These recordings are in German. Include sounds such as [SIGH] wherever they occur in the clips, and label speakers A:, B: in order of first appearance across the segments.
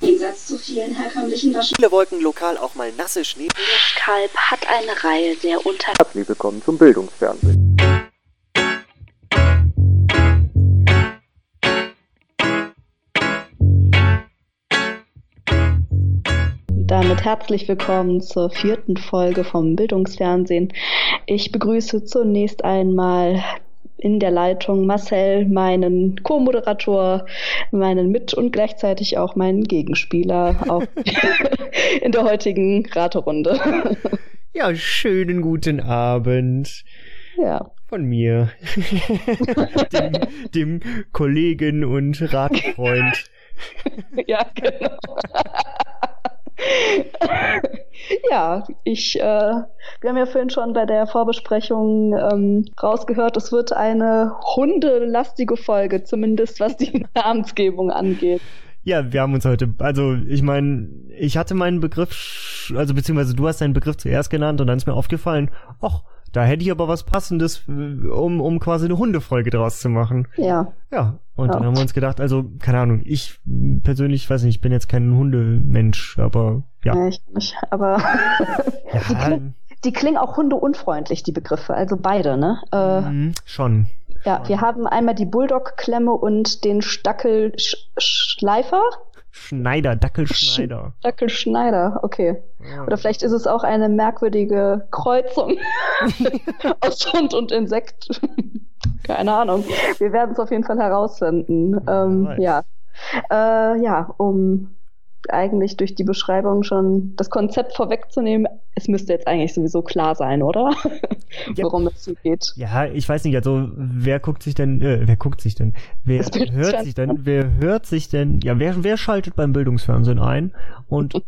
A: Im Gegensatz zu vielen herkömmlichen Waschen.
B: Viele Wolken lokal auch mal nasse Schnee.
C: Lichtkalb hat eine Reihe sehr unter...
D: Herzlich willkommen zum Bildungsfernsehen.
E: Damit herzlich willkommen zur vierten Folge vom Bildungsfernsehen. Ich begrüße zunächst einmal in der Leitung Marcel, meinen Co-Moderator, meinen Mit- und gleichzeitig auch meinen Gegenspieler auf [LAUGHS] in der heutigen Raterunde.
F: Ja, schönen guten Abend
E: ja.
F: von mir, dem, dem Kollegen und Ratfreund.
E: [LAUGHS] ja, genau. ja, ich, äh, wir haben ja vorhin schon bei der Vorbesprechung ähm, rausgehört, es wird eine hundelastige Folge, zumindest was die [LAUGHS] Namensgebung angeht.
F: Ja, wir haben uns heute, also ich meine, ich hatte meinen Begriff, sch- also beziehungsweise du hast deinen Begriff zuerst genannt und dann ist mir aufgefallen, ach, da hätte ich aber was Passendes, äh, um, um quasi eine Hundefolge draus zu machen.
E: Ja,
F: Ja, und
E: Ja.
F: dann haben wir uns gedacht, also, keine Ahnung, ich mh, persönlich, weiß nicht, ich bin jetzt kein Hundemensch, aber ja.
E: ich, ich, aber [LAUGHS] die,
F: Ja,
E: klingen, die klingen auch hundeunfreundlich, die Begriffe, also beide, ne? Äh,
F: mh, hm, schon.
E: ja, wir haben einmal die Bulldog-Klemme und den Stackelschleifer.
F: Schneider, Dackelschneider.
E: Stackelschneider, okay.
F: Ja.
E: Oder vielleicht ist es auch eine merkwürdige
F: [LAUGHS]
E: Kreuzung aus Hund und Insekt. Keine Ahnung. Wir werden es auf jeden Fall herausfinden. Ähm,
F: Alright.
E: ja. Äh, ja, um eigentlich durch die Beschreibung schon das Konzept vorwegzunehmen, es müsste jetzt eigentlich sowieso klar sein, oder?
F: [LAUGHS] Ja.
E: Worum es hier geht.
F: Ja, ich weiß nicht, also wer guckt sich denn, äh, wer guckt sich denn, wer
E: Das Bild-
F: hört sich denn, wer hört sich denn, ja, wer, wer schaltet beim Bildungsfernsehen ein
E: [LAUGHS]
F: und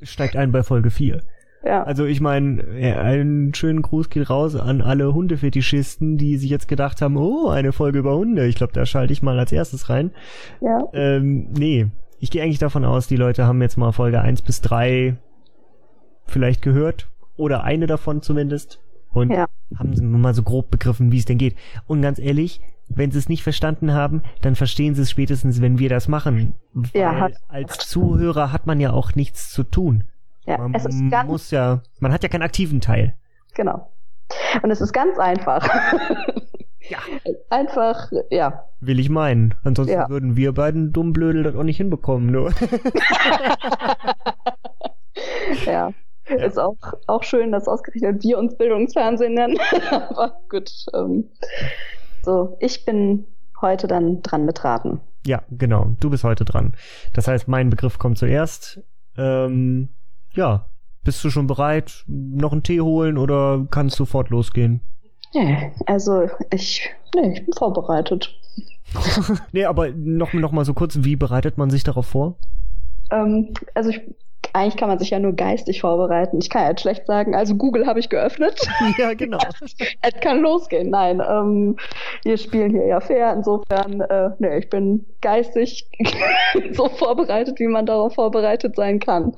F: steigt ein bei Folge 4?
E: Ja.
F: Also ich meine, ja, einen schönen Gruß geht raus an alle Hundefetischisten, die sich jetzt gedacht haben, oh, eine Folge über Hunde, ich glaube, da schalte ich mal als erstes rein.
E: ja.
F: Ähm, nee, ich gehe eigentlich davon aus, die Leute haben jetzt mal Folge 1 bis 3 vielleicht gehört oder eine davon zumindest und
E: Ja.
F: haben sie mal so grob begriffen, wie es denn geht. Und ganz ehrlich, wenn sie es nicht verstanden haben, dann verstehen sie es spätestens, wenn wir das machen. Weil
E: Ja, hat-
F: als Zuhörer hat man ja auch nichts zu tun.
E: ja.
F: Man
E: Es ist ganz
F: muss ja, man hat ja keinen aktiven Teil.
E: Genau. Und es ist ganz einfach.
F: Ja.
E: [LAUGHS] Einfach, ja.
F: Will ich meinen. Ansonsten
E: Ja.
F: würden wir beiden Dummblödel das auch nicht hinbekommen. Ne?
E: ja. [LAUGHS] Ist auch, auch schön, dass ausgerechnet wir uns Bildungsfernsehen nennen. [LAUGHS] Aber gut. Ähm, so, ich bin heute dann dran mit Raten.
F: Ja, genau. Du bist heute dran. Das heißt, mein Begriff kommt zuerst. Ähm, ja, bist du schon bereit? Noch einen Tee holen oder kannst sofort losgehen?
E: Nee, also ich, nee, ich bin vorbereitet.
F: Nee, aber noch, noch mal so kurz, wie bereitet man sich darauf vor?
E: Ähm, also ich, eigentlich kann man sich ja nur geistig vorbereiten. Ich kann ja jetzt schlecht sagen, also Google habe ich geöffnet.
F: [LAUGHS]
E: [LAUGHS]
F: ja, genau.
E: Es kann losgehen. Nein, ähm, wir spielen hier ja fair. Insofern, äh, nee, ich bin geistig [LAUGHS] so vorbereitet, wie man darauf vorbereitet sein kann.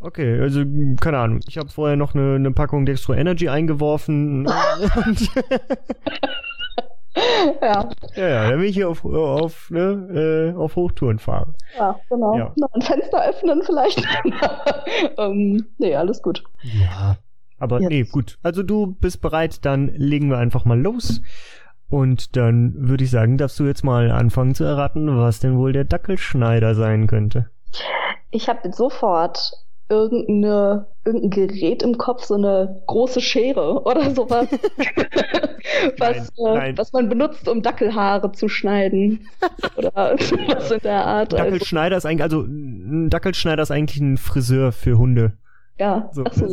F: Okay, also keine Ahnung. Ich habe vorher noch eine, eine Packung Dextro Energy [LAUGHS] eingeworfen. Und,
E: ja,
F: ja, ja, damit ich hier auf, auf, ne, äh, auf Hochtouren fahre.
E: ja, genau.
F: Ja.
E: Na, ein Fenster öffnen
F: [LAUGHS]
E: vielleicht. ähm, nee, alles gut.
F: Ja. Aber
E: Ja.
F: nee, gut. Also du bist bereit, dann legen wir einfach mal los. Und dann würde ich sagen, darfst du jetzt mal anfangen zu erraten, was denn wohl der Dackelschneider sein könnte.
E: Ich habe sofort irgendeine, irgendein Gerät im Kopf, so eine große Schere oder
F: [LAUGHS]
E: sowas, was, äh,
F: nein.
E: was man benutzt, um Dackelhaare zu
F: [LAUGHS]
E: schneiden oder was in der Art. Also,
F: Dackelschneider ist eigentlich, also ein Dackelschneider ist eigentlich ein Friseur für Hunde.
E: ja,
F: So.
E: Ach
F: [LAUGHS]
E: so,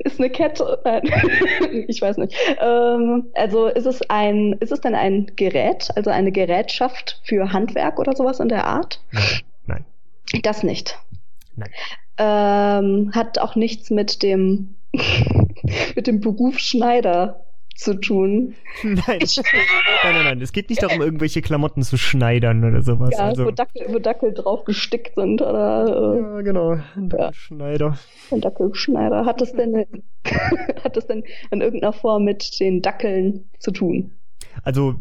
E: ist eine Kette. Nein, [LAUGHS] ich weiß nicht. Ähm, also ist es ein, ist es denn ein Gerät, also eine Gerätschaft für Handwerk oder sowas in der Art?
F: Nein.
E: Das nicht.
F: Nein.
E: Ähm, hat auch nichts mit dem, [LAUGHS] mit dem Beruf Schneider zu tun.
F: nein. nein.
E: [LAUGHS]
F: Nein, nein, nein. Es geht nicht darum, irgendwelche Klamotten zu schneidern oder sowas.
E: ja,
F: also,
E: wo, Dackel, wo Dackel drauf gestickt sind oder
F: ja genau. Ein Dackelschneider.
E: äh, ein Dackelschneider. Hat das denn, [LAUGHS] hat das denn in irgendeiner Form mit den Dackeln zu tun?
F: Also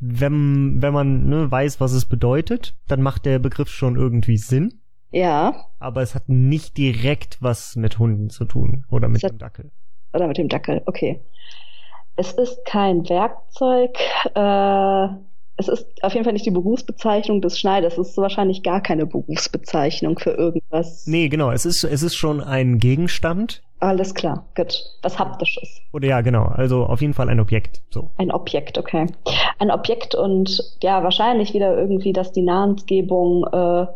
F: wenn, wenn man ne, weiß, was es bedeutet, dann macht der Begriff schon irgendwie Sinn.
E: Ja,
F: Aber es hat nicht direkt was mit Hunden zu tun oder mit
E: Es hat-
F: dem Dackel.
E: oder mit dem Dackel, okay. Es ist kein Werkzeug. Äh, es ist auf jeden Fall nicht die Berufsbezeichnung des Schneiders. Es ist wahrscheinlich gar keine Berufsbezeichnung für irgendwas.
F: Nee, genau. Es ist, es ist schon ein Gegenstand.
E: Alles klar, gut. Was Haptisches.
F: Oder ja, genau. Also auf jeden Fall ein Objekt. So.
E: Ein Objekt, okay. Ein Objekt und ja, wahrscheinlich wieder irgendwie, dass die Namensgebung äh,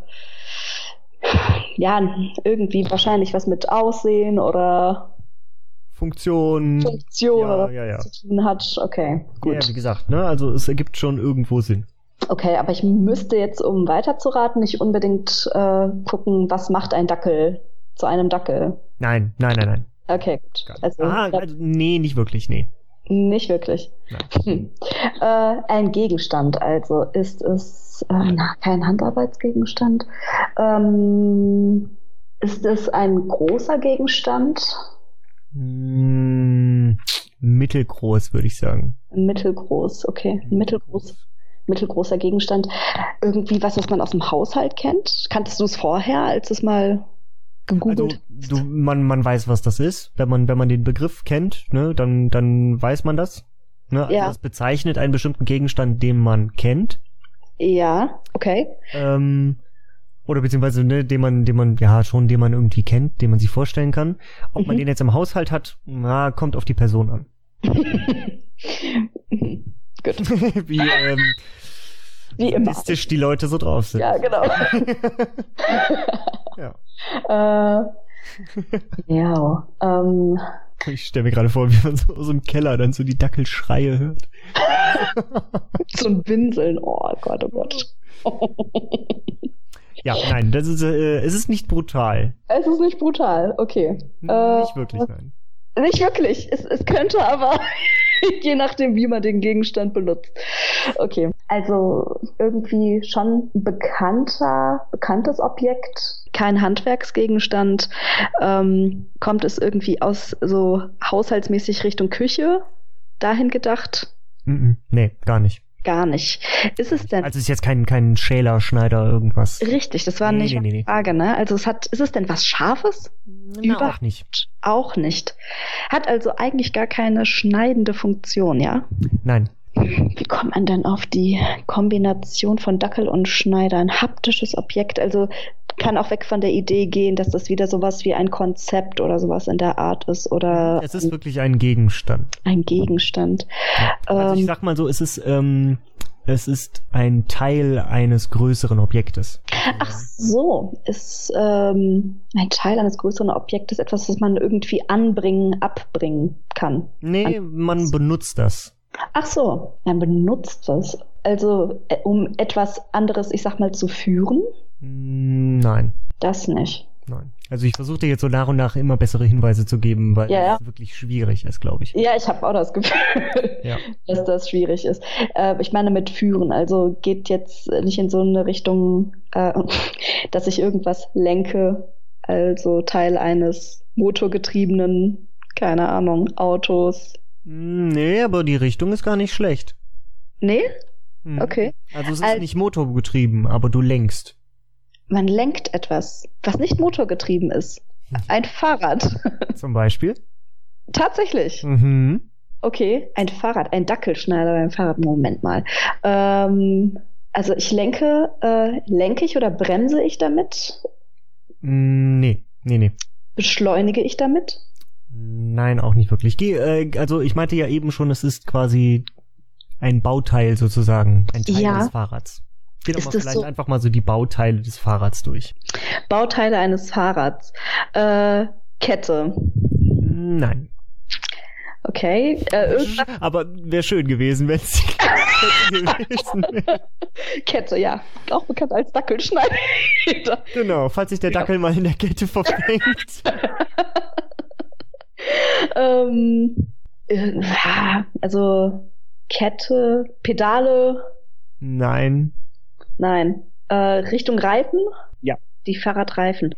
E: ja, irgendwie wahrscheinlich was mit Aussehen oder
F: Funktion.
E: Funktion
F: Hm. Ja,
E: oder
F: ja, ja.
E: was zu tun hat. Okay, gut.
F: Ja, wie gesagt, ne? Also es ergibt schon irgendwo Sinn.
E: Okay, aber ich müsste jetzt, um weiterzuraten, nicht unbedingt äh, gucken, was macht ein Dackel zu einem Dackel.
F: Nein, nein, nein, nein.
E: Okay, gut.
F: Gar nicht.
E: Also,
F: ah,
E: ja,
F: also, nee, nicht wirklich, nee.
E: nicht wirklich. Hm. Äh, ein Gegenstand, also ist es äh, na, kein Handarbeitsgegenstand. Ähm, ist es ein großer Gegenstand?
F: Hm, mittelgroß, würde ich sagen.
E: Mittelgroß, okay.
F: Mhm.
E: Mittelgroß, mittelgroßer Gegenstand. Irgendwie was, was man aus dem Haushalt kennt? Kanntest du es vorher, als du es mal
F: Also,
E: gegoogelt
F: du, man, man weiß, was das ist. Wenn man, wenn man den Begriff kennt, ne, dann, dann weiß man das. Ne? Also
E: Ja.
F: Das bezeichnet einen bestimmten Gegenstand, den man kennt.
E: Ja, okay.
F: Ähm, oder beziehungsweise, ne, den man, den man, ja, schon, den man irgendwie kennt, den man sich vorstellen kann. Ob man
E: Mhm.
F: den jetzt im Haushalt hat, na, kommt auf die Person an. [LAUGHS]
E: Gut.
F: Wie, ähm,
E: Wie immer.
F: statistisch die Leute so drauf sind.
E: Ja, genau.
F: Ja.
E: Äh, ja. Ähm,
F: Ich stelle mir gerade vor, wie man so aus dem Keller dann so die Dackelschreie hört.
E: so ein Winseln. Oh Gott, oh Gott.
F: Ja, nein, das ist, äh, es ist nicht brutal.
E: es ist nicht brutal. Okay. Äh,
F: nicht wirklich, nein.
E: Nicht wirklich. Es, es könnte aber, [LAUGHS] je nachdem, wie man den Gegenstand benutzt. Okay. Also irgendwie schon bekannter, bekanntes Objekt. Kein Handwerksgegenstand. Ähm, kommt es irgendwie aus so haushaltsmäßig Richtung Küche? Dahin gedacht?
F: Mhm. Nee, gar nicht.
E: Gar nicht. Ist es denn
F: Also es ist jetzt kein, kein Schäler, Schneider, irgendwas.
E: richtig? Das war
F: Nee,
E: nicht
F: nee, nee,
E: meine
F: nee.
E: Frage, ne? Also es hat, ist es denn was Scharfes?
F: Na, auch nicht.
E: Auch nicht. Hat also eigentlich gar keine schneidende Funktion, ja?
F: Nein.
E: Wie kommt man denn auf die Kombination von Dackel und Schneider? Ein haptisches Objekt, also kann auch weg von der Idee gehen, dass das wieder sowas wie ein Konzept oder sowas in der Art ist oder
F: Es ist wirklich ein Gegenstand.
E: ein Gegenstand.
F: Also ich
E: Ähm.
F: sag mal so, es ist, ähm, es ist ein Teil eines größeren Objektes.
E: Ach so, ist ähm, ein Teil eines größeren Objektes etwas, was man irgendwie anbringen, abbringen kann.
F: Nee, man benutzt das.
E: Ach so, man benutzt es. Also, äh, um etwas anderes, ich sag mal, zu führen?
F: Mm, Nein.
E: Das nicht.
F: Nein. Also ich versuche dir jetzt so nach und nach immer bessere Hinweise zu geben, weil
E: Ja, ja.
F: es wirklich schwierig ist, glaube ich.
E: Ja, ich habe auch das Gefühl,
F: Ja.
E: dass das schwierig ist. Äh, ich meine mit führen, also geht jetzt nicht in so eine Richtung, äh, [LAUGHS] dass ich irgendwas lenke, also Teil eines motorgetriebenen, keine Ahnung, Autos.
F: Mm, Nee, aber die Richtung ist gar nicht schlecht.
E: Nee,
F: Mhm.
E: okay.
F: Also es ist
E: Al-
F: nicht motorgetrieben, aber du lenkst.
E: Man lenkt etwas, was nicht motorgetrieben ist. Ein Fahrrad. [LAUGHS]
F: Zum Beispiel.
E: Tatsächlich.
F: Mhm.
E: Okay, ein Fahrrad, ein Dackelschneider beim Fahrrad. Moment mal. Ähm, also ich lenke, äh, lenke ich oder bremse ich damit?
F: Mm, Nee, nee, nee.
E: Beschleunige ich damit?
F: Nein, auch nicht wirklich. Geh, äh, also ich meinte ja eben schon, es ist quasi ein Bauteil sozusagen, ein Teil
E: Ja.
F: des Fahrrads. Geh doch
E: Ist
F: mal
E: das
F: vielleicht
E: so-
F: einfach mal so die Bauteile des Fahrrads durch.
E: Bauteile eines Fahrrads. Äh, Kette.
F: Nein.
E: Okay. Äh,
F: Mhm.
E: irgendwas-
F: Aber wäre schön gewesen, wenn es gewesen wäre.
E: Kette, ja. Auch bekannt als Dackelschneider. [LAUGHS]
F: Genau, falls sich der
E: Ja.
F: Dackel mal in der Kette verfängt.
E: ähm, äh, ja, also Kette, Pedale.
F: Nein.
E: Nein. Äh, Richtung Reifen?
F: Ja.
E: Die Fahrradreifen.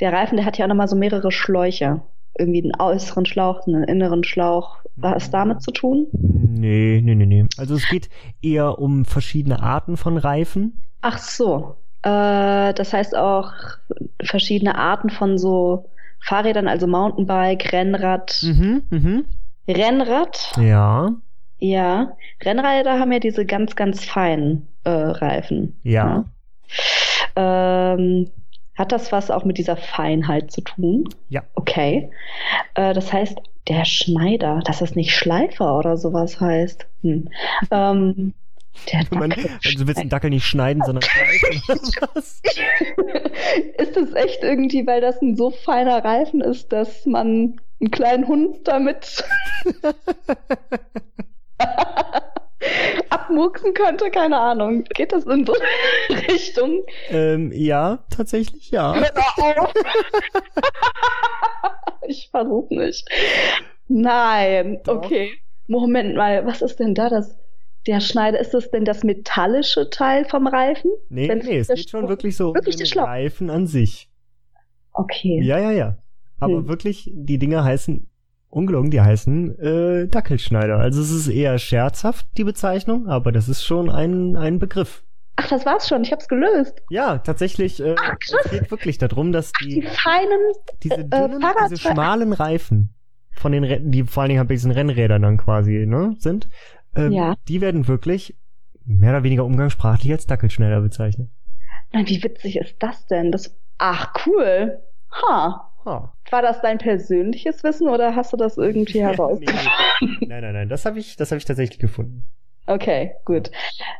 E: Der Reifen, der hat ja auch nochmal so mehrere Schläuche. irgendwie einen äußeren Schlauch, einen inneren Schlauch. Hat es damit zu tun?
F: Nee, nee, nee, nee. Also es geht eher um verschiedene Arten von Reifen.
E: Ach so. Äh, das heißt auch verschiedene Arten von so Fahrrädern, also Mountainbike, Rennrad.
F: Mhm, mhm.
E: Rennrad?
F: Ja,
E: Ja. Rennräder haben ja diese ganz, ganz feinen äh, Reifen.
F: ja.
E: Ja. Ähm, hat das was auch mit dieser Feinheit zu tun?
F: Ja.
E: Okay. Äh, das heißt, der Schneider, dass das nicht Schleifer oder sowas heißt. Hm. Ähm, der [LAUGHS]
F: Man,
E: Dackel-
F: also du willst den Dackel nicht schneiden,
E: [LAUGHS]
F: sondern schleifen. oder was?
E: ist das echt irgendwie, weil das ein so feiner Reifen ist, dass man einen kleinen Hund
F: [LAUGHS]
E: damit abmurksen könnte? Keine Ahnung. Geht das in so
F: [LAUGHS]
E: eine Richtung?
F: ähm, ja, tatsächlich ja.
E: Hör auf. ich versuch nicht. Nein,
F: Doch.
E: okay. Moment mal, was ist denn da das? Der Schneider, ist das denn das metallische Teil vom Reifen?
F: Nee,
E: Wenn's
F: nee, es
E: der
F: geht schon
E: Schlauch-
F: wirklich so
E: wirklich
F: um
E: der
F: den
E: Schlauch.
F: Reifen an sich.
E: Okay.
F: Ja, ja, ja. Aber
E: Hm.
F: wirklich, die Dinger heißen, ungelogen, die heißen äh, Dackelschneider. Also es ist eher scherzhaft, die Bezeichnung, aber das ist schon ein, ein Begriff.
E: Ach, das war's schon, ich hab's gelöst.
F: Ja, tatsächlich, äh,
E: krass.
F: es geht wirklich darum, dass
E: Die
F: die,
E: feinen,
F: diese
E: äh,
F: dünnen,
E: Fahrrad-
F: diese schmalen Reifen von den Rä- die vor allen Dingen halt bei diesen Rennrädern dann quasi, ne, sind, ähm,
E: Ja.
F: die werden wirklich mehr oder weniger umgangssprachlich als Dackelschneider bezeichnet.
E: nein, wie witzig ist das denn? Das, ach, cool. Ha.
F: Ha.
E: War das dein persönliches Wissen oder hast du das irgendwie heraus?
F: nee. Nein, nein, nein, das habe ich, das habe ich tatsächlich gefunden.
E: Okay, gut.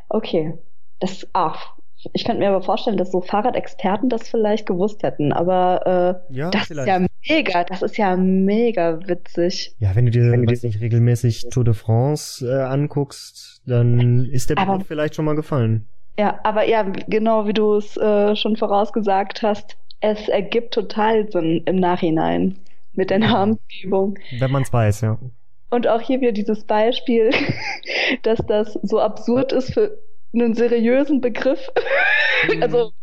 E: Okay. Das, ach, ich könnte mir aber vorstellen, dass so Fahrradexperten das vielleicht gewusst hätten, aber äh,
F: Ja,
E: das
F: vielleicht.
E: ist ja mega, das ist ja mega witzig.
F: Ja, wenn du dir,
D: Wenn du dir-
F: weiß nicht regelmäßig Tour de France äh, anguckst, dann ist der
E: Aber-
F: Begriff vielleicht schon mal gefallen.
E: Ja, aber ja, genau wie du es äh, schon vorausgesagt hast, es ergibt total Sinn im Nachhinein mit der Namensgebung.
F: Wenn man es weiß, ja.
E: Und auch hier wieder dieses Beispiel, [LAUGHS] dass das so absurd ist für einen seriösen Begriff. Also,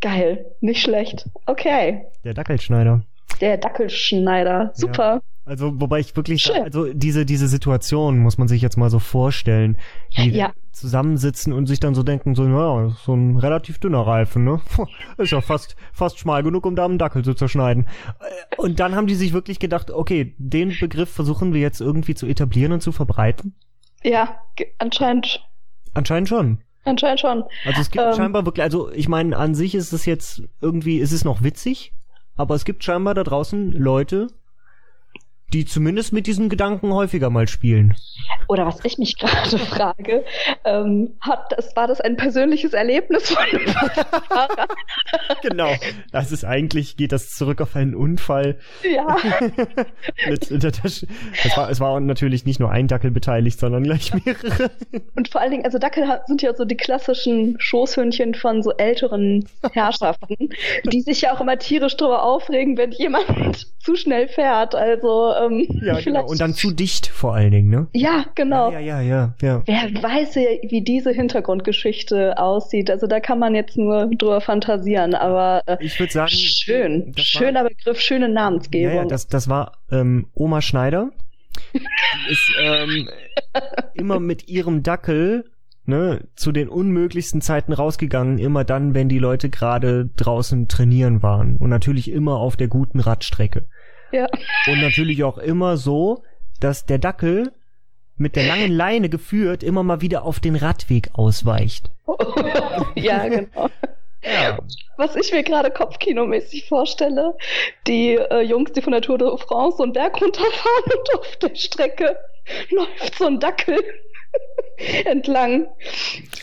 E: geil, nicht schlecht. Okay.
F: Der Dackelschneider.
E: Der Dackelschneider. Super.
F: Also, wobei ich wirklich,
E: Schön.
F: sag, also diese, diese Situation muss man sich jetzt mal so vorstellen. Die
E: Ja.
F: zusammensitzen und sich dann so denken, so, naja, so ein relativ dünner Reifen, ne? Ist ja fast, fast schmal genug, um da einen Dackel zu zerschneiden. Äh, Und dann haben die sich wirklich gedacht, okay, den Begriff versuchen wir jetzt irgendwie zu etablieren und zu verbreiten?
E: Ja, ge- anscheinend,
F: Anscheinend schon.
E: anscheinend schon.
F: Also es gibt
E: Ähm.
F: scheinbar wirklich, also ich meine, an sich ist es jetzt irgendwie, ist es noch witzig, aber es gibt scheinbar da draußen Leute, die zumindest mit diesen Gedanken häufiger mal spielen.
E: Oder was ich mich [LAUGHS] gerade frage, ähm, hat das, war das ein persönliches Erlebnis von [LAUGHS] einem Fahrer?
F: Genau. Das ist eigentlich, geht das zurück auf
E: [LAUGHS]
F: einen Unfall
E: Ja,
F: mit der Tasche. Es war, es war natürlich nicht nur ein Dackel beteiligt, sondern gleich mehrere.
E: und vor allen Dingen, also Dackel ha- sind ja so die klassischen Schoßhündchen von so
F: [LAUGHS]
E: älteren Herrschaften, die sich ja auch immer tierisch drüber aufregen, wenn jemand [LAUGHS] zu schnell fährt. Also, ähm,
F: Ja, genau.
E: vielleicht-
F: Und dann zu dicht vor allen Dingen, ne?
E: Ja, genau.
F: Ja, ja, ja, ja.
E: Wer weiß, wie diese Hintergrundgeschichte aussieht. Also da kann man jetzt nur drüber fantasieren, aber äh,
F: Ich würde sagen,
E: schön.
F: das war-
E: Schöner Begriff, schöne Namensgebung.
F: Ja, ja, das, das war ähm, Oma Schneider. Die ist ähm, immer mit ihrem Dackel ne, zu den unmöglichsten Zeiten rausgegangen, immer dann, wenn die Leute gerade draußen trainieren waren. Und natürlich immer auf der guten Radstrecke.
E: Ja.
F: Und natürlich auch immer so, dass der Dackel mit der langen Leine geführt immer mal wieder auf den Radweg ausweicht.
E: [LAUGHS] ja, genau.
F: Ja.
E: Was ich mir gerade kopfkinomäßig vorstelle, die äh, Jungs, die von der Tour de France so einen Berg runterfahren und auf der Strecke läuft so ein Dackel [LAUGHS] entlang.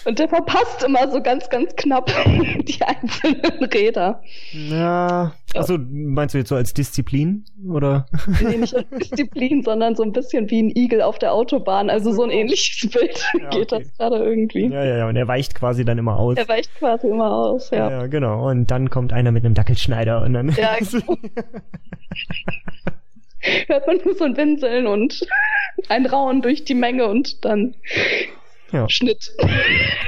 E: Und der verpasst immer so ganz, ganz knapp [LAUGHS] die einzelnen Räder.
F: Na, also meinst du jetzt so als Disziplin oder?
E: Nee, nicht
F: [LAUGHS]
E: als Disziplin, sondern so ein bisschen wie ein Igel auf der Autobahn. Also so ein ähnliches Bild
F: Ja,
E: geht
F: okay.
E: das gerade irgendwie.
F: Ja, ja, ja. Und er weicht quasi dann immer aus.
E: Er weicht quasi immer aus,
F: Ja.
E: ja.
F: genau. Und dann kommt einer mit einem Dackelschneider und dann.
E: Ja, genau. Hört man nur so ein Winseln und [LAUGHS] ein Raunen durch die Menge und dann
F: [LAUGHS] Ja.
E: Schnitt.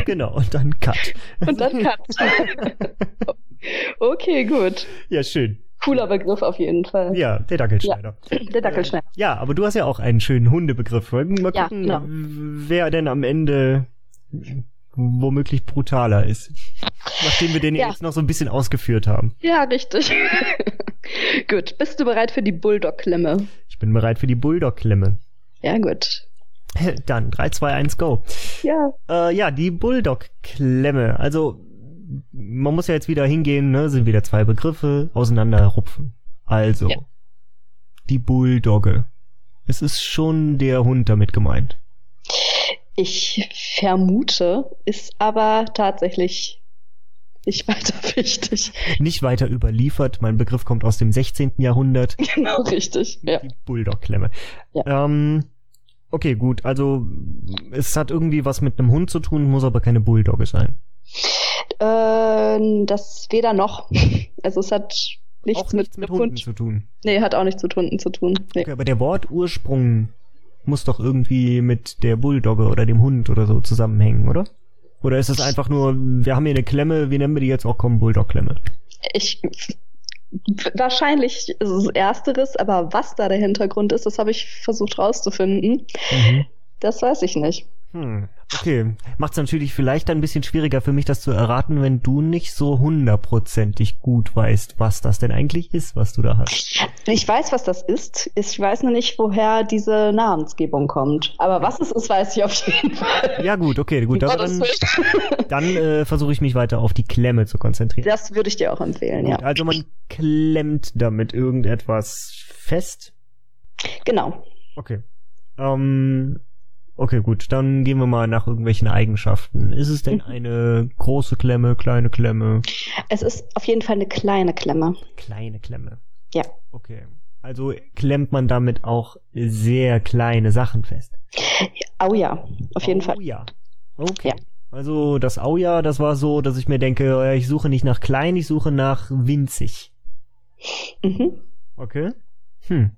F: genau. Und dann Cut. [LAUGHS]
E: Und dann Cut. okay, gut.
F: Ja, schön.
E: Cooler Begriff auf jeden Fall.
F: Ja, der Dackelschneider.
E: Der Dackelschneider.
F: Ja, aber du hast ja auch einen schönen Hundebegriff. Mal gucken,
E: Ja, genau.
F: wer denn am Ende womöglich brutaler ist. Nachdem wir den ja.
E: Ja.
F: jetzt noch so ein bisschen ausgeführt haben.
E: Ja, richtig. [LAUGHS] gut, bist du bereit für die Bulldog-Klemme?
F: Ich bin bereit für die Bulldog-Klemme.
E: Ja, gut.
F: Dann 3, 2, 1, go.
E: Ja.
F: Äh, ja, die Bulldog-Klemme. Also, man muss ja jetzt wieder hingehen, ne? Sind wieder zwei Begriffe auseinanderrupfen. Also,
E: Ja.
F: die Bulldogge. Es ist schon der Hund damit gemeint.
E: Ich vermute, ist aber tatsächlich nicht weiter [LAUGHS] wichtig.
F: Nicht weiter überliefert, mein Begriff kommt aus dem 16. Jahrhundert.
E: Genau, richtig. [LAUGHS] Ja.
F: Die Bulldog-Klemme. Ähm, okay, gut, also es hat irgendwie was mit einem Hund zu tun, muss aber keine Bulldogge sein.
E: Ähm, das weder noch. [LAUGHS] Also es hat nichts,
F: Auch nichts mit Hunden
E: Hund.
F: zu tun.
E: Nee, hat auch nichts mit Hunden zu tun. Nee.
F: Okay, aber der Wortursprung muss doch irgendwie mit der Bulldogge oder dem Hund oder so zusammenhängen, oder? Oder ist es einfach nur, wir haben hier eine Klemme, wie nennen wir die jetzt auch? Komm, Bulldog-Klemme.
E: Ich wahrscheinlich ist es ersteres, aber was da der Hintergrund ist, das habe ich versucht rauszufinden. Mhm. Das weiß ich nicht.
F: Hm. Okay, macht es natürlich vielleicht ein bisschen schwieriger für mich, das zu erraten, wenn du nicht so hundertprozentig gut weißt, was das denn eigentlich ist, was du da hast.
E: Ich weiß, was das ist. Ich weiß nur nicht, woher diese Namensgebung kommt. Aber was es ist, weiß ich auf jeden Fall.
F: Ja gut, okay, gut.
E: Oh,
F: Dann,
E: das,
F: dann, dann äh, versuche ich mich weiter auf die Klemme zu konzentrieren.
E: das würde ich dir auch empfehlen,
F: Gut,
E: ja.
F: also man klemmt damit irgendetwas fest.
E: Genau.
F: Okay. Ähm, okay, gut. Dann gehen wir mal nach irgendwelchen Eigenschaften. Ist es
E: Mhm.
F: denn eine große Klemme, kleine Klemme?
E: Es ist auf jeden Fall eine kleine Klemme.
F: Kleine Klemme.
E: Ja.
F: Okay. Also klemmt man damit auch sehr kleine Sachen fest.
E: Oh ja, auf jeden Fall.
F: Auja. Okay.
E: Ja.
F: Also das Auja, das war so, dass ich mir denke, oh ich suche nicht nach klein, ich suche nach winzig.
E: Mhm.
F: Okay. Hm.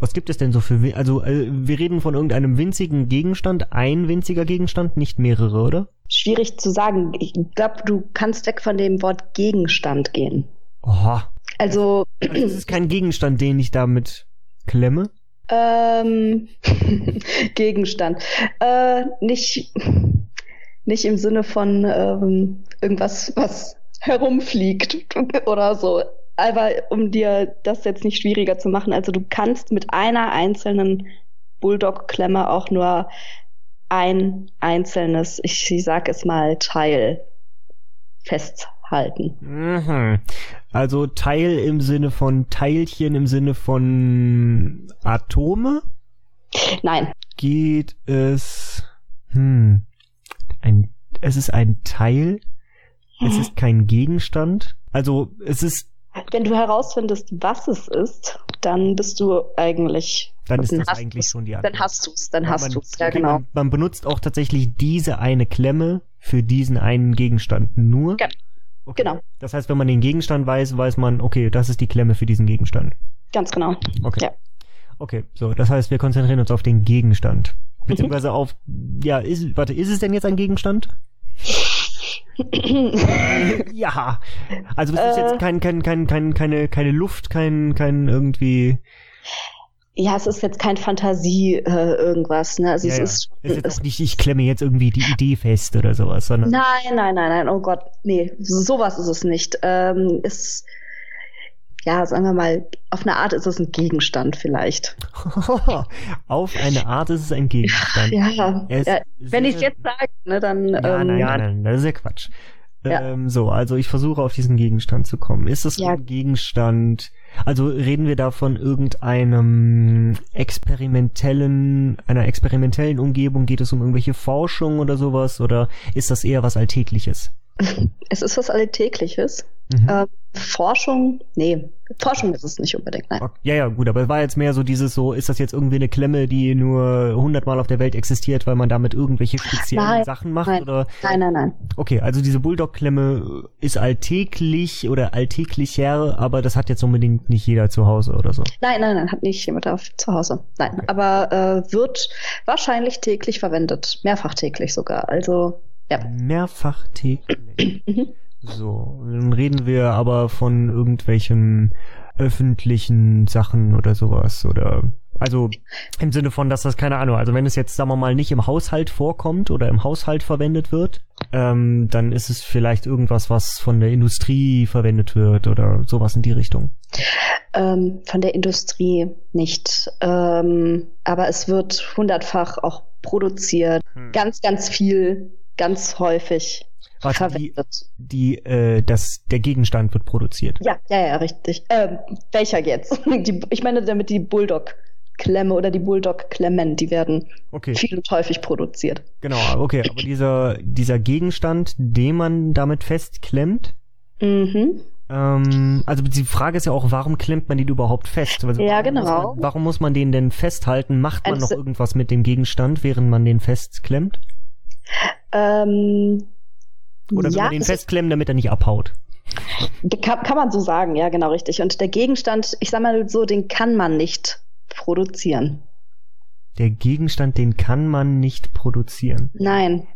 F: Was gibt es denn so für... win- Also äh, wir reden von irgendeinem winzigen Gegenstand, ein winziger Gegenstand, nicht mehrere, oder?
E: Schwierig zu sagen. Ich glaube, du kannst weg von dem Wort Gegenstand gehen.
F: Oha.
E: Also,
F: Also es ist kein Gegenstand, den ich damit klemme.
E: ähm, [LAUGHS] Gegenstand. Äh, nicht, nicht im Sinne von ähm, irgendwas, was herumfliegt [LAUGHS] oder so. Aber um dir das jetzt nicht schwieriger zu machen, also du kannst mit einer einzelnen Bulldog-Klemme auch nur ein einzelnes, ich sag es mal, Teil festhalten.
F: Mhm. Also Teil im Sinne von Teilchen, im Sinne von Atome
E: Nein,
F: geht es. Hm. Ein, es ist ein Teil. Es ist kein Gegenstand. Also es ist.
E: Wenn du herausfindest, was es ist, dann bist du eigentlich.
F: Dann ist
E: Dann
F: das
E: hast
F: eigentlich
E: du's.
F: schon die Antwort.
E: Dann hast du es, dann
F: Ja, genau.
E: hast
F: man-
E: du es. Ja,
F: okay,
E: genau.
F: Man, man benutzt auch tatsächlich diese eine Klemme für diesen einen Gegenstand nur.
E: Ge-
F: Okay.
E: genau.
F: Das heißt, wenn man den Gegenstand weiß, weiß man, okay, das ist die Klemme für diesen Gegenstand.
E: Ganz genau. [CLEARS THROAT]
F: Okay.
E: Ja.
F: Okay, so, das heißt, wir konzentrieren uns auf den Gegenstand.
E: Mhm.
F: Beziehungsweise auf, ja, ist, warte, ist es denn jetzt ein
E: [LAUGHS]
F: Gegenstand? ja. Also es ist
E: Äh.
F: jetzt kein, kein, kein, kein, keine, keine Luft, kein, kein irgendwie.
E: ja, es ist jetzt kein Fantasie äh, irgendwas, ne? Also
F: Ja,
E: es
F: ja.
E: ist.
F: Es ist jetzt
E: es,
F: auch nicht, ich klemme jetzt irgendwie die Idee fest oder sowas, sondern.
E: nein, nein, nein, nein. Oh Gott, nee, sowas ist es nicht. Ähm, ist ja, sagen wir mal, auf eine Art ist es ein Gegenstand vielleicht.
F: [LAUGHS] Auf eine Art ist es ein Gegenstand.
E: Ja, ja.
F: Es
E: Wenn ich es
F: sehr-
E: jetzt sage, ne, dann.
F: Ja,
E: ähm,
F: nein, nein, nein, das ist ja Quatsch.
E: Ja.
F: Ähm, so, also ich versuche auf diesen Gegenstand zu kommen. Ist das
E: Ja.
F: ein Gegenstand? Also reden wir da von irgendeinem experimentellen, einer experimentellen Umgebung? Geht es um irgendwelche Forschung oder sowas? Oder ist das eher was Alltägliches?
E: Es ist was Alltägliches.
F: Mhm.
E: Ähm, Forschung? Nee, Forschung ist es nicht unbedingt. Nein.
F: Okay. Ja, ja, gut, aber es war jetzt mehr so dieses so, ist das jetzt irgendwie eine Klemme, die nur hundertmal auf der Welt existiert, weil man damit irgendwelche speziellen
E: Nein,
F: Sachen macht?
E: nein.
F: Oder
E: Nein, nein, nein.
F: Okay, also diese Bulldog-Klemme äh, ist alltäglich oder alltäglicher, aber das hat jetzt unbedingt nicht jeder zu Hause oder so.
E: Nein, nein, nein, hat nicht jemand auf zu Hause. Nein,
F: Okay.
E: aber äh, wird wahrscheinlich täglich verwendet, mehrfach täglich sogar. Also ja,
F: Mehrfach täglich.
E: Mhm.
F: So, dann reden wir aber von irgendwelchen öffentlichen Sachen oder sowas oder also im Sinne von, dass das keine Ahnung, also wenn es jetzt sagen wir mal nicht im Haushalt vorkommt oder im Haushalt verwendet wird, ähm, dann ist es vielleicht irgendwas, was von der Industrie verwendet wird oder sowas in die Richtung.
E: Ähm, von der Industrie nicht. Ähm, aber es wird hundertfach auch produziert.
F: Hm.
E: Ganz, ganz viel, ganz häufig
F: Warte, die,
E: verwendet.
F: die äh, das der Gegenstand wird produziert.
E: Ja, ja, ja, richtig. Ähm, welcher jetzt? [LAUGHS] Die, ich meine damit die Bulldog-Klemme oder die Bulldog-Klemmen, die werden
F: Okay.
E: viel und häufig produziert.
F: Genau, okay, aber dieser dieser Gegenstand, den man damit festklemmt,
E: Mhm.
F: Ähm, also die Frage ist ja auch, warum klemmt man den überhaupt fest? Also
E: Ja,
F: warum
E: genau.
F: Muss man, warum muss man den denn festhalten? Macht man
E: Also-
F: noch irgendwas mit dem Gegenstand, während man den festklemmt?
E: Ähm,
F: Oder will
E: ja,
F: man den
E: es ist-
F: festklemmen, damit er nicht abhaut?
E: Kann, kann man so sagen, ja, genau richtig. Und der Gegenstand, ich sag mal so, den kann man nicht produzieren.
F: Der Gegenstand, den kann man nicht produzieren.
E: Nein.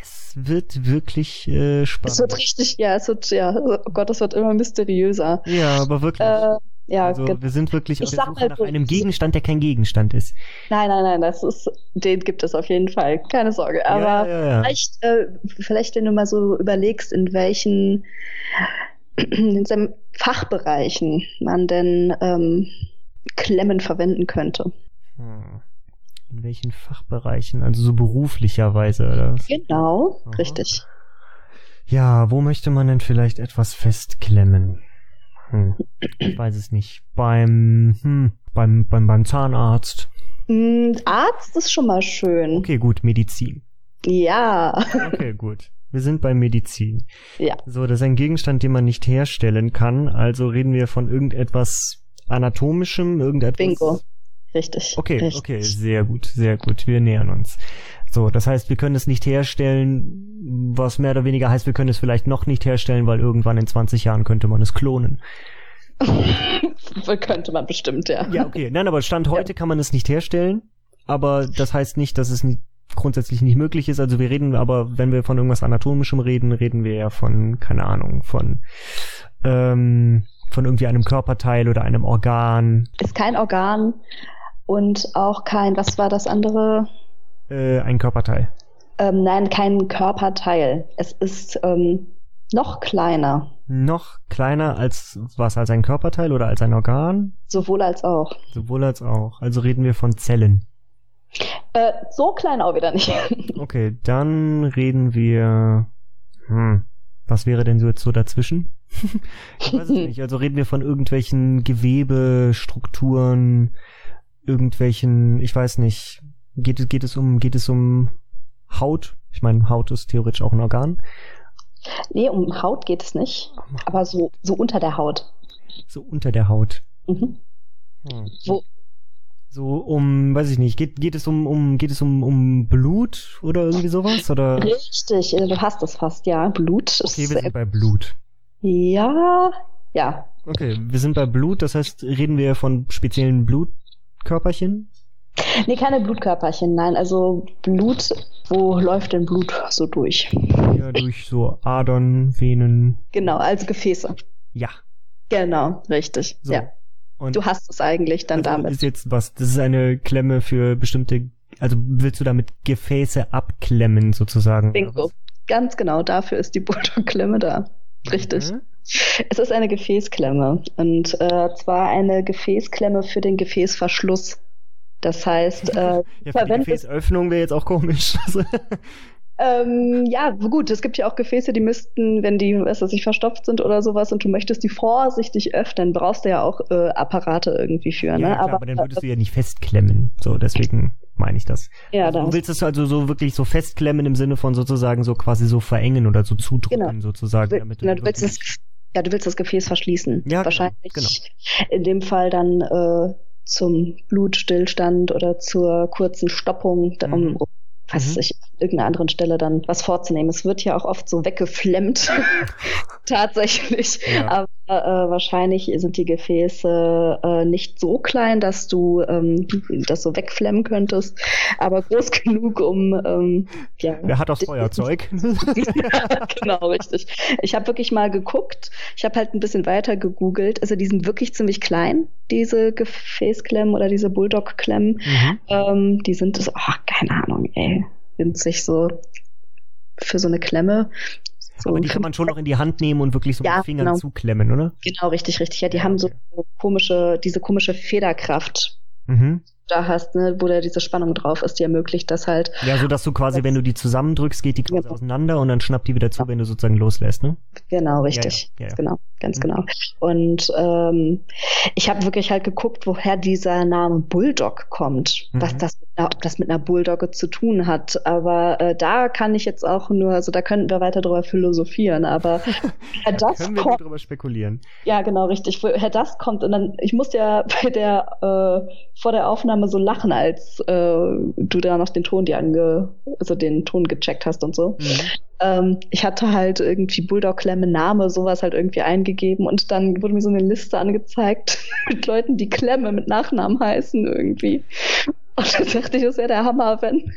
F: Es wird wirklich äh, spannend.
E: Es wird richtig, ja, es wird, ja, oh Gott, es wird immer mysteriöser.
F: ja, aber wirklich.
E: Äh, ja,
F: also,
E: ge-
F: wir sind wirklich
E: Ich
F: auf
E: sag
F: der Suche
E: mal
F: nach
E: so,
F: einem
E: ich-
F: Gegenstand, der kein Gegenstand ist.
E: nein, nein, nein, das ist, den gibt es auf jeden Fall. Keine Sorge. Aber
F: ja, ja, ja.
E: Vielleicht, äh, vielleicht, wenn du mal so überlegst, in welchen [CLEARS THROAT] in welchen Fachbereichen man denn ähm, Klemmen verwenden könnte.
F: Hm. In welchen Fachbereichen? Also so beruflicherweise, oder? was?
E: Genau,
F: Aha.
E: richtig.
F: Ja, wo möchte man denn vielleicht etwas festklemmen? Hm, ich weiß es nicht. Beim, hm, beim, beim, beim Zahnarzt.
E: Mm, Arzt ist schon mal schön.
F: Okay, gut, Medizin.
E: Ja,
F: Okay, [LAUGHS] gut. Wir sind bei Medizin.
E: Ja.
F: So, das ist ein Gegenstand, den man nicht herstellen kann. Also reden wir von irgendetwas anatomischem, irgendetwas.
E: Bingo. richtig.
F: Okay,
E: richtig. [LAUGHS]
F: okay, sehr gut, sehr gut. Wir nähern uns. So, das heißt, wir können es nicht herstellen, was mehr oder weniger heißt, wir können es vielleicht noch nicht herstellen, weil irgendwann in 20 Jahren könnte man es klonen.
E: Könnte man bestimmt, ja.
F: Ja, okay. [LAUGHS] Nein, aber Stand heute kann man es nicht herstellen. Aber das heißt nicht, dass es n- grundsätzlich nicht möglich ist. Also wir reden, aber wenn wir von irgendwas Anatomischem reden, reden wir ja von, keine Ahnung, von, ähm, von irgendwie einem Körperteil oder einem Organ,
E: Ist kein Organ und auch kein, was war das andere?
F: äh, ein Körperteil.
E: Ähm, nein, kein Körperteil. Es ist ähm, noch kleiner,
F: Noch kleiner als was, als ein Körperteil oder als ein Organ?
E: sowohl als auch.
F: Sowohl als auch. Also reden wir von Zellen.
E: Äh, so klein auch wieder nicht. [LAUGHS]
F: Okay, dann reden wir, hm, was wäre denn so jetzt so dazwischen? [LAUGHS] Ich weiß es nicht. Also reden wir von irgendwelchen Gewebestrukturen, irgendwelchen, ich weiß nicht. Geht, es- geht es um, geht es um Haut? Ich meine, Haut ist theoretisch auch ein Organ.
E: nee, um Haut geht es nicht. Aber so, so unter der Haut.
F: So unter der Haut.
E: Mhm. Wo-
F: So um, weiß ich nicht, geht, geht es um, um, geht es um, um Blut oder irgendwie sowas? Oder? Okay,
E: Richtig, äh, du hast es fast, ja. Blut ist.
F: wir sind bei Blut.
E: ja, ja.
F: Okay, wir sind bei Blut, das heißt, reden wir von speziellen Blutkörperchen?
E: Nee, keine Blutkörperchen, nein. Also Blut, wo läuft denn Blut so durch?
F: Ja, durch so Adern, Venen.
E: Genau, also Gefäße.
F: Ja.
E: Genau, richtig.
F: So.
E: Ja.
F: Und
E: Du hast es eigentlich dann
F: also
E: damit.
F: Ist jetzt was? Das ist eine Klemme für bestimmte. Also willst du damit Gefäße abklemmen sozusagen?
E: Bingo. Ganz genau, dafür ist die [LAUGHS] Bulldog-Klemme da. Richtig.
F: Mhm.
E: Es ist eine Gefäßklemme und äh, zwar eine Gefäßklemme für den Gefäßverschluss. Das heißt,
F: [LAUGHS]
E: äh,
F: Ja, für die
E: Verwendet-
F: Gefäßöffnung wäre jetzt auch komisch. [LAUGHS] Also,
E: ähm, ja, gut, es gibt ja auch Gefäße, die müssten, wenn die, was weiß ich, verstopft sind oder sowas und du möchtest die vorsichtig öffnen, brauchst du ja auch äh, Apparate irgendwie für,
F: ja,
E: ne?
F: klar, aber, dann würdest du ja nicht festklemmen. So, deswegen meine ich das.
E: äh, ja,
F: also,
E: da
F: du willst es also so wirklich so festklemmen im Sinne von sozusagen so quasi so verengen oder so zudrücken
E: Genau.
F: sozusagen.
E: Will-
F: damit
E: na, du willst
F: wirklich-
E: das, ja, du willst das Gefäß verschließen.
F: Ja, genau,
E: Wahrscheinlich
F: genau.
E: in dem Fall dann äh, zum Blutstillstand oder zur kurzen Stoppung, da- um,
F: Mhm.
E: um was weiß
F: Mhm. [LAUGHS]
E: ich, an irgendeiner anderen Stelle dann was vorzunehmen. Es wird ja auch oft so weggeflemmt. Tatsächlich.
F: Ja.
E: Aber äh, wahrscheinlich sind die Gefäße äh, nicht so klein, dass du ähm, das so wegflemmen könntest, aber groß [LAUGHS] genug, um ähm, ja.
F: [LAUGHS]
E: [LAUGHS]
F: Wer hat auch Feuerzeug?
E: genau, richtig. Ich habe wirklich mal geguckt. Ich habe halt ein bisschen weiter gegoogelt. Also die sind wirklich ziemlich klein, diese Gefäßklemmen oder diese Bulldog-Klemmen.
F: [LAUGHS] Mhm.
E: Ähm, die sind so, oh, keine Ahnung, ey, winzig so für so eine Klemme. So
F: Aber die kann man schon noch in die Hand nehmen und wirklich so
E: Ja,
F: mit Fingern
E: genau.
F: zuklemmen, oder?
E: [LAUGHS] Genau, richtig, richtig. Ja, die haben so komische, diese komische Federkraft
F: Mhm.
E: da hast, ne, wo da diese Spannung drauf ist, die ermöglicht das halt.
F: Ja, so dass du quasi, wenn du die zusammendrückst, geht die quasi
E: Genau.
F: auseinander und dann schnappt die wieder zu, wenn du sozusagen loslässt, ne?
E: Genau, richtig.
F: Ja, ja, ja, ja.
E: Genau, ganz
F: Mhm.
E: genau. Und ähm, ich habe wirklich halt geguckt, woher dieser Name Bulldog kommt,
F: Mhm.
E: was das mit einer, ob das mit einer Bulldogge zu tun hat. Aber äh, da kann ich jetzt auch nur, also da könnten wir weiter drüber philosophieren,
F: [LAUGHS]
E: aber woher das
F: Können wir
E: kommt.
F: nicht
E: [LAUGHS]
F: drüber spekulieren.
E: Ja, genau, richtig. Woher das kommt. Und dann, ich musste ja [LAUGHS] bei der, äh, vor der Aufnahme so lachen, als äh, du da noch den Ton dir ange, also den Ton gecheckt hast und so. Ähm, ich hatte halt irgendwie Bulldog-Klemme, Name, sowas halt irgendwie eingegeben und dann wurde mir so eine Liste angezeigt [LAUGHS] mit Leuten, die Klemme mit Nachnamen heißen irgendwie. Und dann dachte ich, das wäre der Hammer, wenn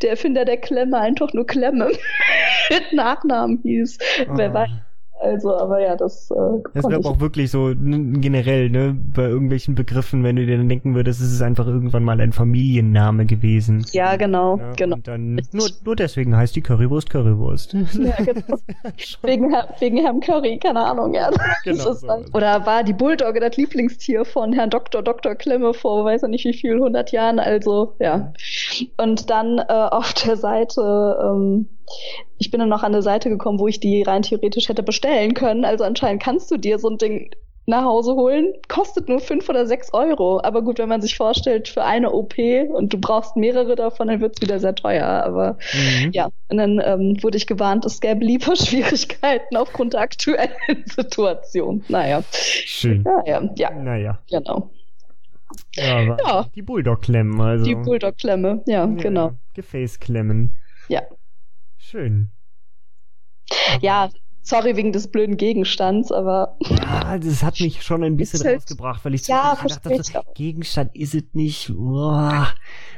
E: der Erfinder der Klemme einfach nur Klemme [LAUGHS] mit Nachnamen hieß. Wer
F: Ah.
E: weiß. Also, aber ja, das äh,
F: Das
E: konnte
F: wäre
E: ich
F: aber auch wirklich so n- generell, ne, bei irgendwelchen Begriffen, wenn du dir dann denken würdest, es ist einfach irgendwann mal ein Familienname gewesen.
E: Ja, genau,
F: Ne, [LAUGHS]
E: genau.
F: Und dann nur, nur deswegen heißt die
E: [LAUGHS]
F: Currywurst Currywurst.
E: Ja, genau. wegen, Herr- wegen Herrn Curry, keine Ahnung. Ja. Das
F: Genau
E: ist
F: so.
E: dann, oder war die Bulldogge das Lieblingstier von Herrn Dr. Dr. Klemme vor weiß ja nicht wie viel, 100 Jahren, also ja. Und dann äh, auf der Seite, ähm, ich bin dann noch an eine Seite gekommen, wo ich die rein theoretisch hätte bestellen können. Also anscheinend kannst du dir so ein Ding nach Hause holen, kostet nur 5 oder 6 Euro. Aber gut, wenn man sich vorstellt, für eine OP und du brauchst mehrere davon, dann wird's wieder sehr teuer. Aber
F: Mhm.
E: ja, und dann ähm, wurde ich gewarnt, es gäbe lieber [LAUGHS] Schwierigkeiten aufgrund der aktuellen [LAUGHS] Situation. Naja,
F: Schön.
E: naja, ja,
F: Naja.
E: genau.
F: Ja, aber
E: Ja.
F: Die Bulldog-Klemmen, also.
E: Die Bulldog-Klemme, ja,
F: Ja,
E: genau.
F: Gefäßklemmen.
E: Ja.
F: Schön.
E: Ja, sorry wegen des blöden Gegenstands, aber
F: Ja, das hat mich schon ein bisschen
E: Ist halt-
F: rausgebracht, weil
E: [LAUGHS]
F: ich
E: Ja,
F: zwischendurch gedacht
E: verstehe ich
F: habe,
E: auch.
F: Gegenstand ist es nicht. Uah,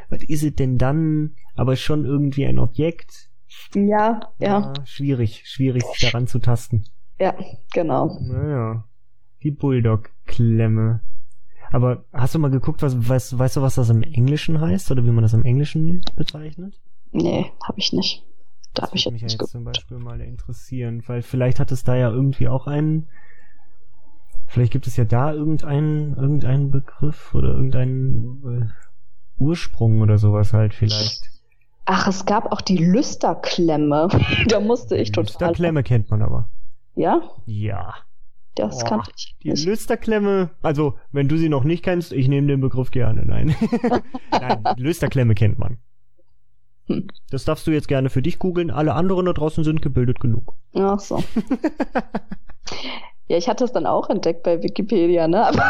F: was ist es denn dann? Aber schon irgendwie ein Objekt. Ah,
E: ja, ja,
F: Schwierig, schwierig, sich daran zu tasten.
E: ja, genau.
F: Naja. Die Bulldog-Klemme. Aber hast du mal geguckt, was, was, weißt du, was das im Englischen heißt? Oder wie man das im Englischen bezeichnet?
E: Nee, habe ich nicht. Da habe ich
F: würde
E: jetzt nicht
F: mich ja jetzt
E: geguckt.
F: zum Beispiel mal interessieren, weil vielleicht hat es da ja irgendwie auch einen. Vielleicht gibt es ja da irgendeinen, irgendeinen Begriff oder irgendeinen äh, Ursprung oder sowas halt vielleicht.
E: Ach, es gab auch die Lüsterklemme. [LAUGHS] da musste ich
F: Die
E: total.
F: Lüsterklemme kennt man aber.
E: Ja,
F: Ja.
E: das
F: Boah,
E: kannte ich
F: Die
E: nicht.
F: Lüsterklemme, also wenn du sie noch nicht kennst, ich nehme den Begriff
E: [LAUGHS]
F: gerne. Nein. Nein, die Lüsterklemme kennt man.
E: Hm.
F: Das darfst du jetzt gerne für dich googeln. Alle anderen da draußen sind gebildet genug.
E: Ach so. ja, ich hatte es dann auch entdeckt bei Wikipedia, ne? Aber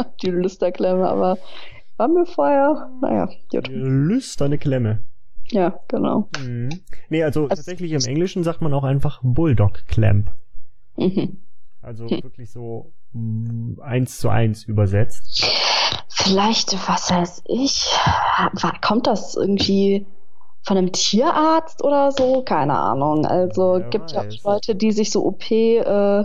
E: [LAUGHS] die Lüsterklemme, aber war mir vorher, naja,
F: Die
E: gut.
F: Lüsterne Klemme.
E: Ja, genau.
F: Mhm. Nee, also,
E: Also-
F: tatsächlich im Englischen sagt man auch einfach Bulldog Clamp.
E: Mhm.
F: Also
E: Hm.
F: wirklich so mm, eins zu eins übersetzt.
E: Vielleicht, was weiß ich, wa- kommt das irgendwie von einem Tierarzt oder so? Keine Ahnung. Also
F: Wer
E: gibt ja
F: weiß.
E: auch Leute, die sich so OP äh,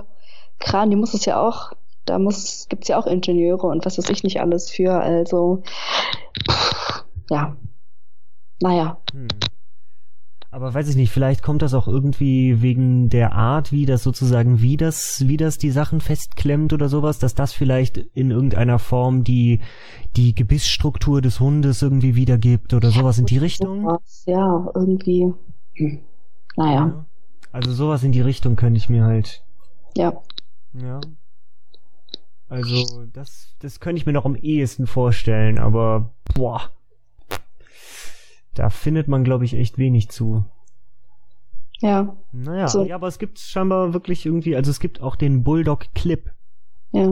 E: kramen, die muss es ja auch, da muss, gibt's ja auch Ingenieure und was weiß ich nicht alles für. Also, ja. Naja,
F: Hm. Aber weiß ich nicht, vielleicht kommt das auch irgendwie wegen der Art, wie das sozusagen, wie das, wie das die Sachen festklemmt oder sowas, dass das vielleicht in irgendeiner Form die, die Gebissstruktur des Hundes irgendwie wiedergibt oder sowas in die Richtung.
E: sowas, ja, irgendwie. Hm. Naja,
F: Also sowas in die Richtung könnte ich mir halt
E: ja.
F: Ja. Also, das, das könnte ich mir noch am ehesten vorstellen, aber boah. Da findet man, glaube ich, echt wenig zu.
E: Ja,
F: Naja,
E: So.
F: ja, aber es gibt scheinbar wirklich irgendwie, also es gibt auch den Bulldog Clip.
E: ja.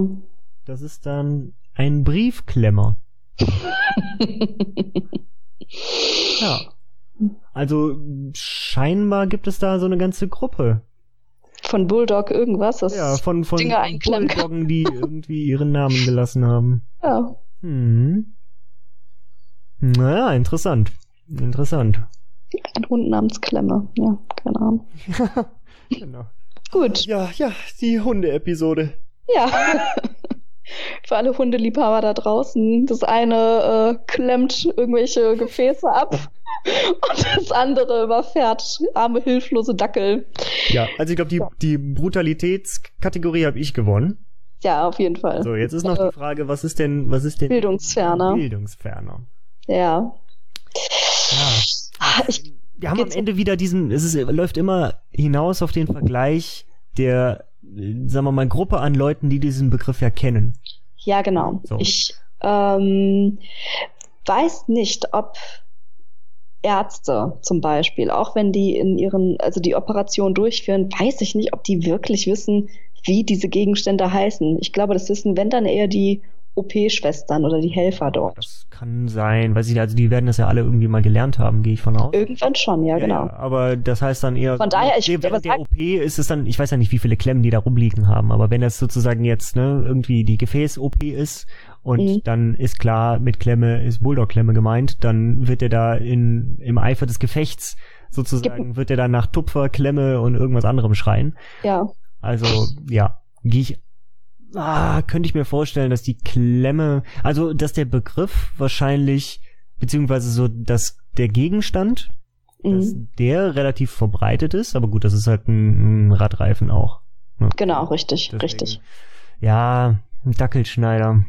F: Das ist dann ein Briefklemmer. Ja. Also scheinbar gibt es da so eine ganze Gruppe.
E: [LAUGHS] von Bulldog irgendwas, das
F: Ja, von, von
E: Dinge einklemmen kann.
F: Bulldoggen, die irgendwie ihren Namen gelassen haben.
E: ja.
F: Hm. Naja, interessant. Interessant.
E: ein Hund namens Klemme. Ja, keine Ahnung.
F: [LAUGHS] genau.
E: Gut,
F: Ja, ja, die Hunde-Episode.
E: ja. [LAUGHS] Für alle Hundeliebhaber da draußen, das eine äh, klemmt irgendwelche Gefäße ab [LAUGHS] und das andere überfährt arme, hilflose Dackel.
F: Ja, also ich glaube, die, die Brutalitätskategorie habe ich gewonnen.
E: Ja, auf jeden Fall.
F: So, jetzt ist noch die Frage, was ist denn, was ist denn
E: Bildungsferner.
F: Bildungsferner.
E: Ja. Ah,
F: Ja.
E: Ich,
F: Wir haben am
E: Geht's-
F: Ende wieder diesen, es ist, läuft immer hinaus auf den Vergleich der, äh, sagen wir mal, Gruppe an Leuten, die diesen Begriff ja kennen.
E: ja, genau.
F: So.
E: Ich ähm, weiß nicht, ob Ärzte zum Beispiel, auch wenn die in ihren, also die Operation durchführen, weiß ich nicht, ob die wirklich wissen, wie diese Gegenstände heißen. Ich glaube, das wissen, wenn dann eher die OP-Schwestern oder die Helfer dort.
F: Das kann sein, weiß ich nicht, also die werden das ja alle irgendwie mal gelernt haben, gehe ich von aus.
E: Irgendwann schon, ja, genau.
F: Ja, aber das heißt dann eher.
E: Von daher, ich
F: während
E: würde aber
F: der
E: sagen-
F: OP ist es dann, ich weiß ja nicht, wie viele Klemmen die da rumliegen haben, aber wenn das sozusagen jetzt ne, irgendwie die Gefäß-OP ist und
E: Mhm.
F: dann ist klar, mit Klemme ist Bulldog-Klemme gemeint, dann wird er da in, im Eifer des Gefechts sozusagen, wird er dann nach Tupfer, Klemme und irgendwas anderem schreien.
E: Ja,
F: Also, ja, gehe ich. Ah, könnte ich mir vorstellen, dass die Klemme, also dass der Begriff wahrscheinlich, beziehungsweise so, dass der Gegenstand, dass
E: mhm.
F: der relativ verbreitet ist, aber gut, das ist halt ein, ein Radreifen auch. ne?
E: genau, richtig,
F: Deswegen-
E: richtig.
F: Ja, ein Dackelschneider.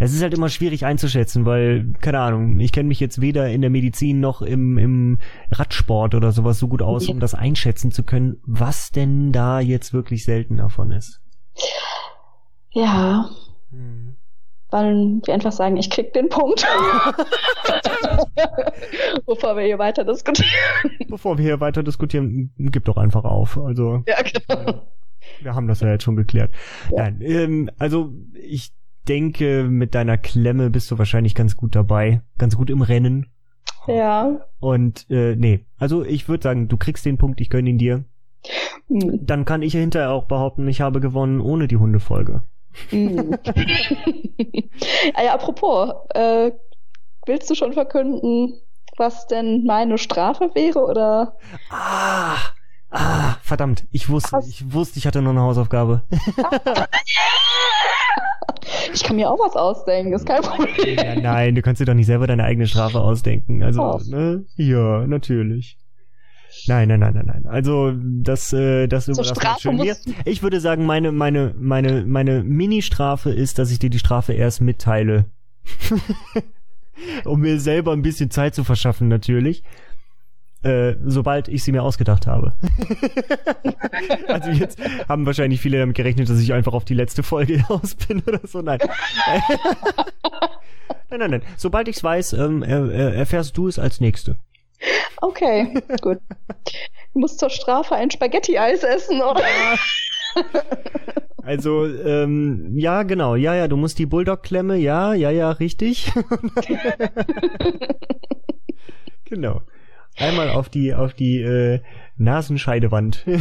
F: Es ist halt immer schwierig einzuschätzen, weil, keine Ahnung, ich kenne mich jetzt weder in der Medizin noch im, im Radsport oder sowas so gut aus,
E: Ja.
F: um das einschätzen zu können, was denn da jetzt wirklich selten davon ist.
E: Ja, weil wir einfach sagen, ich krieg den Punkt. [LAUGHS] Bevor wir hier weiter diskutieren.
F: Bevor wir hier weiter diskutieren, gib doch einfach auf. Also,
E: Ja, genau.
F: Wir haben das ja jetzt schon geklärt.
E: Ja.
F: Nein, ähm, also ich denke, mit deiner Klemme bist du wahrscheinlich ganz gut dabei, ganz gut im Rennen. [LAUGHS]
E: Ja.
F: Und äh, nee, also ich würde sagen, du kriegst den Punkt, ich gönn ihn dir.
E: Hm.
F: Dann kann ich ja hinterher auch behaupten, ich habe gewonnen ohne die Hundefolge.
E: Mm. ah ja, apropos, äh, willst du schon verkünden, was denn meine Strafe wäre? Oder
F: Ah, ah, verdammt, ich wusste,
E: Hast-
F: ich wusste, ich hatte noch eine Hausaufgabe. [LAUGHS]
E: ich kann mir auch was ausdenken, ist kein Problem.
F: ja, nein, du kannst dir doch nicht selber deine eigene Strafe ausdenken. Also,
E: Doch.
F: ne? Ja, natürlich. Nein, nein, nein, nein, nein. Also, das, äh, das
E: Zur
F: überlassen wir
E: Strafe
F: schön mir.
E: musst
F: Ich würde sagen, meine, meine, meine, meine Mini-Strafe ist, dass ich dir die Strafe erst mitteile.
E: [LAUGHS]
F: um mir selber ein bisschen Zeit zu verschaffen, natürlich. Äh, sobald ich sie mir
E: [LAUGHS]
F: ausgedacht habe. also jetzt haben wahrscheinlich viele damit gerechnet, dass ich einfach auf die letzte Folge [LAUGHS] hinaus bin oder
E: [LAUGHS]
F: so. Nein. nein, nein, nein. Sobald ich's weiß, ähm, er, er, erfährst du es als nächste.
E: Okay, gut. Du musst zur Strafe ein Spaghetti-Eis essen, oder?
F: Also, ähm, ja, genau. Ja, ja, du musst die Bulldog-Klemme. Ja, ja, ja, richtig. [LAUGHS] genau. Einmal auf die, auf die äh, Nasenscheidewand. [LAUGHS]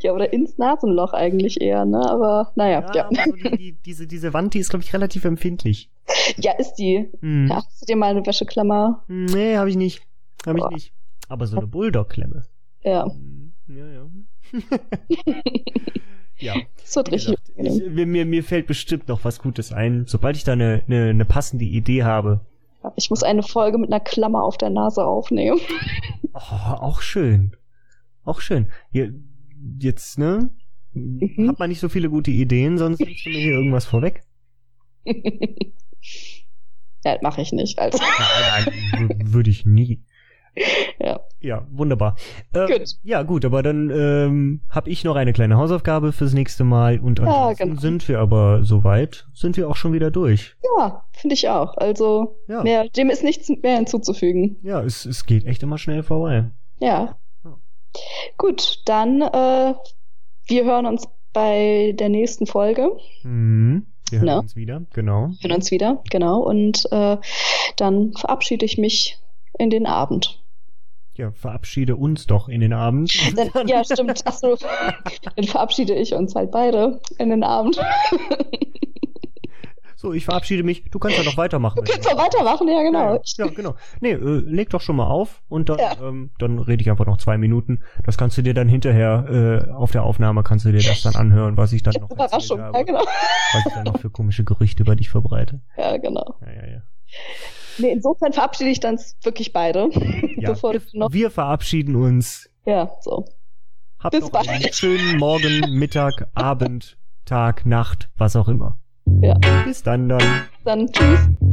E: Ja, oder ins Nasenloch eigentlich eher, ne? Aber naja, ja.
F: aber so die, die, diese, diese Wand, die ist, glaube ich, relativ empfindlich.
E: Ja, ist die.
F: Hm.
E: Ja, hast du dir mal eine Wäscheklammer?
F: Nee, habe ich nicht. Habe ich
E: Boah.
F: nicht. Aber so eine Bulldog-Klemme.
E: Ja,
F: Ja, ja. [LAUGHS] ja.
E: das wird
F: Wie
E: richtig.
F: gesagt,
E: unangenehm.
F: ich, mir, mir, mir fällt bestimmt noch was Gutes ein. Sobald ich da eine, eine, eine passende Idee habe.
E: Ich muss eine Folge mit einer Klammer auf der Nase aufnehmen. [LAUGHS]
F: Oh, auch schön. Auch schön. Hier, jetzt, ne?
E: Mhm.
F: Hat man nicht so viele gute Ideen, sonst nimmst du mir hier irgendwas vorweg.
E: Ja, das mache ich nicht. Also,
F: Nein, nein, w- würde ich nie.
E: [LAUGHS] Ja.
F: Ja, wunderbar. Äh,
E: Gut.
F: Ja, gut, aber dann ähm, habe ich noch eine kleine Hausaufgabe fürs nächste Mal und ansonsten
E: genau.
F: sind wir aber soweit, sind wir auch schon wieder durch.
E: ja, finde ich auch. Also,
F: Ja,
E: mehr, dem ist nichts mehr hinzuzufügen.
F: ja es, es geht echt immer schnell vorbei.
E: Ja.
F: Ja.
E: Gut, dann, äh, wir hören uns bei der nächsten Folge.
F: Mhm. Wir hören
E: Na?
F: uns wieder, genau.
E: Wir hören uns wieder, genau. Und äh, dann verabschiede ich mich in den Abend.
F: ja, verabschiede uns doch in den Abend. [LAUGHS] Und
E: [LAUGHS] Dann,
F: dann-
E: ja, stimmt.
F: [LAUGHS]
E: Achso, dann verabschiede ich uns halt beide in den Abend.
F: So, ich verabschiede mich. Du kannst ja noch weitermachen.
E: Du kannst ja weitermachen, ja, genau.
F: Ja, ja, genau. Nee, äh, leg doch schon mal auf und dann,
E: Ja.
F: ähm, dann rede ich einfach noch zwei Minuten. Das kannst du dir dann hinterher äh, auf der Aufnahme kannst du dir das dann anhören, was ich dann noch erzählt
E: Überraschung,
F: habe,
E: ja, genau.
F: was ich dann noch für komische Gerüchte über dich verbreite.
E: Ja, genau.
F: Ja, ja, ja.
E: Nee, insofern verabschiede ich dann wirklich beide.
F: ja
E: Bevor
F: wir,
E: du noch.
F: wir verabschieden uns.
E: Ja, so.
F: Habt
E: Bis
F: noch
E: bald.
F: einen schönen Morgen, Mittag, Abend, Tag, Nacht, was auch immer.
E: Ja.
F: Bis dann dann.
E: Dann tschüss.